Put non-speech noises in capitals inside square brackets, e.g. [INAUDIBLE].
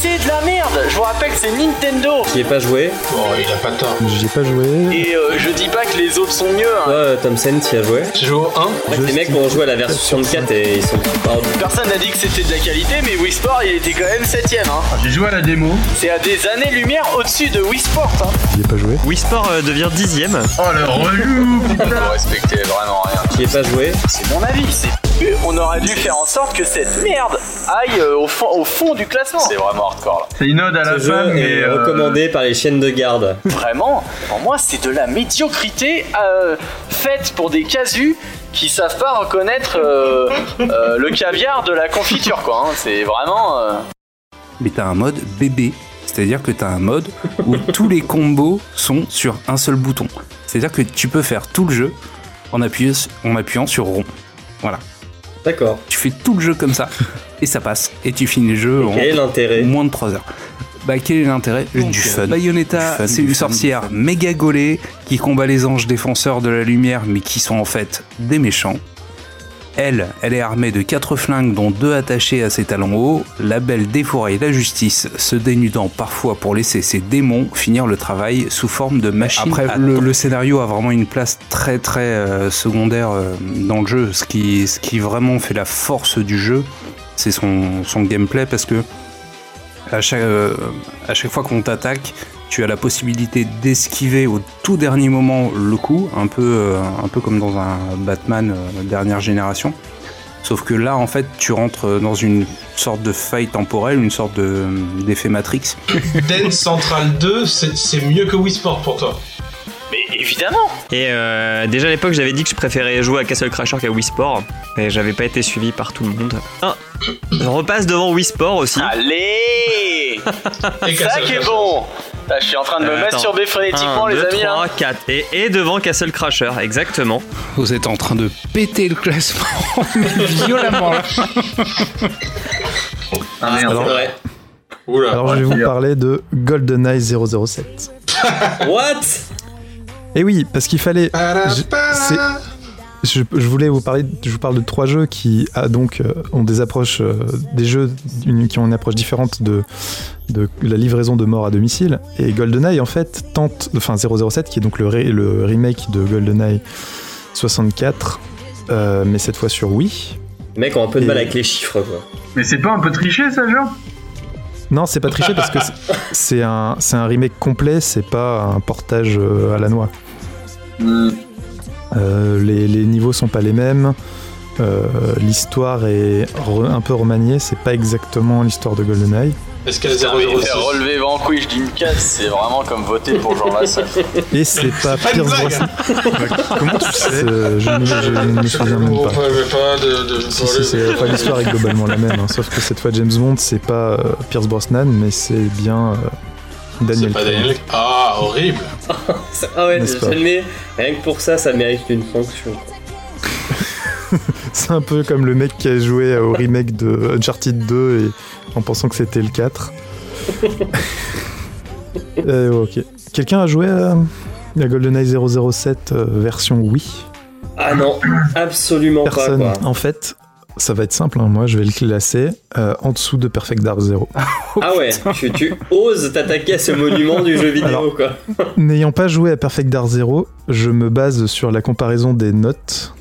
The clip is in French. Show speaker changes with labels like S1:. S1: c'est de la merde. Je vous rappelle que c'est Nintendo.
S2: J'y ai pas joué.
S3: Oh, il a pas tort.
S4: J'ai pas joué.
S1: Et euh, je dis pas que les autres sont mieux. hein.
S2: Toi, euh, Tom Sen, t'y as joué
S3: J'ai joué au 1.
S2: En fait, les mecs ont joué à la version 64 et ils sont. pardon.
S1: Personne n'a dit que c'était de la qualité, mais Wii Sport, il était quand même septième. Hein.
S5: J'ai joué à la démo.
S1: C'est à des années-lumière au-dessus de Wii Sport. Hein.
S4: J'ai pas joué.
S6: Wii Sport euh, devient dixième.
S5: Oh le relou
S3: Vous respectez vraiment rien.
S2: J'y ai pas joué.
S1: C'est mon avis. C'est on aurait dû faire en sorte que cette merde aille euh, au, fond, au fond du classement.
S3: C'est vraiment hardcore
S5: C'est une ode à
S2: Ce
S5: la femme,
S2: jeu
S5: mais.
S2: est
S5: euh,
S2: recommandé par les chaînes de garde.
S1: [LAUGHS] Vraiment, pour moi, c'est de la médiocrité euh, faite pour des casus qui savent pas reconnaître euh, euh, le caviar de la confiture, quoi. hein. C'est vraiment. euh,
S7: mais t'as un mode bébé. C'est-à-dire que t'as un mode où tous les combos sont sur un seul bouton. C'est-à-dire que tu peux faire tout le jeu en, appuyant- en appuyant sur rond.
S6: [LAUGHS]
S2: D'accord.
S7: Tu fais tout le jeu comme ça, et ça passe. Et tu finis le jeu en
S2: Quel est l'intérêt
S7: moins de 3 heures. Bah, quel est l'intérêt
S4: Donc,
S7: du
S4: euh,
S7: fun Bayonetta,
S4: du fun,
S7: c'est
S4: du
S7: une
S4: fun,
S7: sorcière méga gaulée qui combat les anges défenseurs de la lumière, mais qui sont en fait des méchants. Elle, elle est armée de quatre flingues, dont deux attachées à ses talons hauts. La belle défouraille la justice, se dénudant parfois pour laisser ses démons finir le travail sous forme de machine.
S4: Après,
S7: à le, le scénario a vraiment une place très très euh, secondaire euh, dans le jeu. Ce qui, ce qui vraiment fait la force du jeu, c'est son, son gameplay parce que à chaque, euh, à chaque fois qu'on t'attaque, tu as la possibilité d'esquiver au tout dernier moment le coup, un peu, euh, un peu comme dans un Batman euh, dernière génération. Sauf que là, en fait, tu rentres dans une sorte de faille temporelle, une sorte de- d'effet Matrix.
S5: [LAUGHS]
S3: Dance Central 2, c'est c'est mieux que Wii Sport pour toi.
S1: Mais évidemment,
S6: Et euh, déjà à l'époque, j'avais dit que je préférais jouer à Castle Crasher qu'à Wii Sport. Et j'avais pas été suivi par tout le monde. Ah, je repasse devant Wii Sport aussi.
S1: allez,
S3: Et
S1: Ah, ça
S3: Castle
S1: qui est
S3: Crasher.
S1: bon. Là, je suis en train de me
S6: Euh, attends.
S1: masturber phonétiquement,
S6: 1,
S1: les
S6: 2,
S1: amis. hein.
S6: 3, 4. Et, et devant Castle Crasher, exactement.
S7: Vous êtes en train de péter le classement [LAUGHS] mais violemment là.
S5: Ah, merde.
S4: Alors-
S2: Ouais.
S3: Oula.
S4: Alors, je vais vous parler de GoldenEye 007.
S2: What
S4: Et oui, parce qu'il fallait. Je- c'est-
S3: Parapara.
S4: Je, je voulais vous parler. Je vous parle de trois jeux qui ah, donc euh, ont des approches, euh, des jeux d'une- qui ont une approche différente de, de la livraison de morts à domicile. Et GoldenEye en fait tente, enfin 007 qui est donc le, ré- le remake de GoldenEye 64, euh, mais cette fois sur Wii.
S2: Les mecs ont un peu de
S4: Et-
S2: mal avec les chiffres, quoi.
S5: Mais c'est pas un peu triché ça, genre
S4: Non, c'est pas triché parce que c'est- c'est un, c'est un remake complet, c'est pas un portage euh, à la noix.
S1: Mmh.
S4: Euh, les, les niveaux sont pas les mêmes. euh, l'histoire est re- un peu remaniée, c'est pas exactement l'histoire de GoldenEye.
S3: Est-ce qu'elle
S1: Putain, mais faire
S3: 006
S1: relever Van Couille d'une case, c'est vraiment comme voter pour Jean Lassalle.
S4: Et c'est pas
S3: pas une
S4: Pierce
S3: blague.
S4: Brosnan. Comment tu sais Euh, Je ne je ne me souviens même
S3: Oh,
S4: pas. Si, si, c'est- enfin, l'histoire est globalement la même, hein, sauf que cette fois James Bond, c'est pas euh, Pierce Brosnan, mais c'est bien euh, Daniel.
S3: C'est pas
S4: Craig.
S3: Daniel. Ah, horrible.
S2: Ça- Ah ouais,
S4: N'est-ce pas
S2: jamais. Rien que pour ça, ça mérite une sanction.
S4: C'est un peu comme le mec qui a joué au remake de Uncharted 2 et en pensant que c'était le 4. Euh, ok. Quelqu'un a joué à la GoldenEye 007 euh, version Wii
S2: Ah non, absolument
S4: Personne.
S2: pas, quoi.
S4: En fait, ça va être simple, hein, moi je vais le classer euh, en dessous de Perfect Dark Zero.
S2: Ah ouais, tu, tu oses t'attaquer à ce monument du jeu vidéo,
S4: Alors,
S2: quoi.
S4: N'ayant pas joué à Perfect Dark Zero, je me base sur la comparaison des notes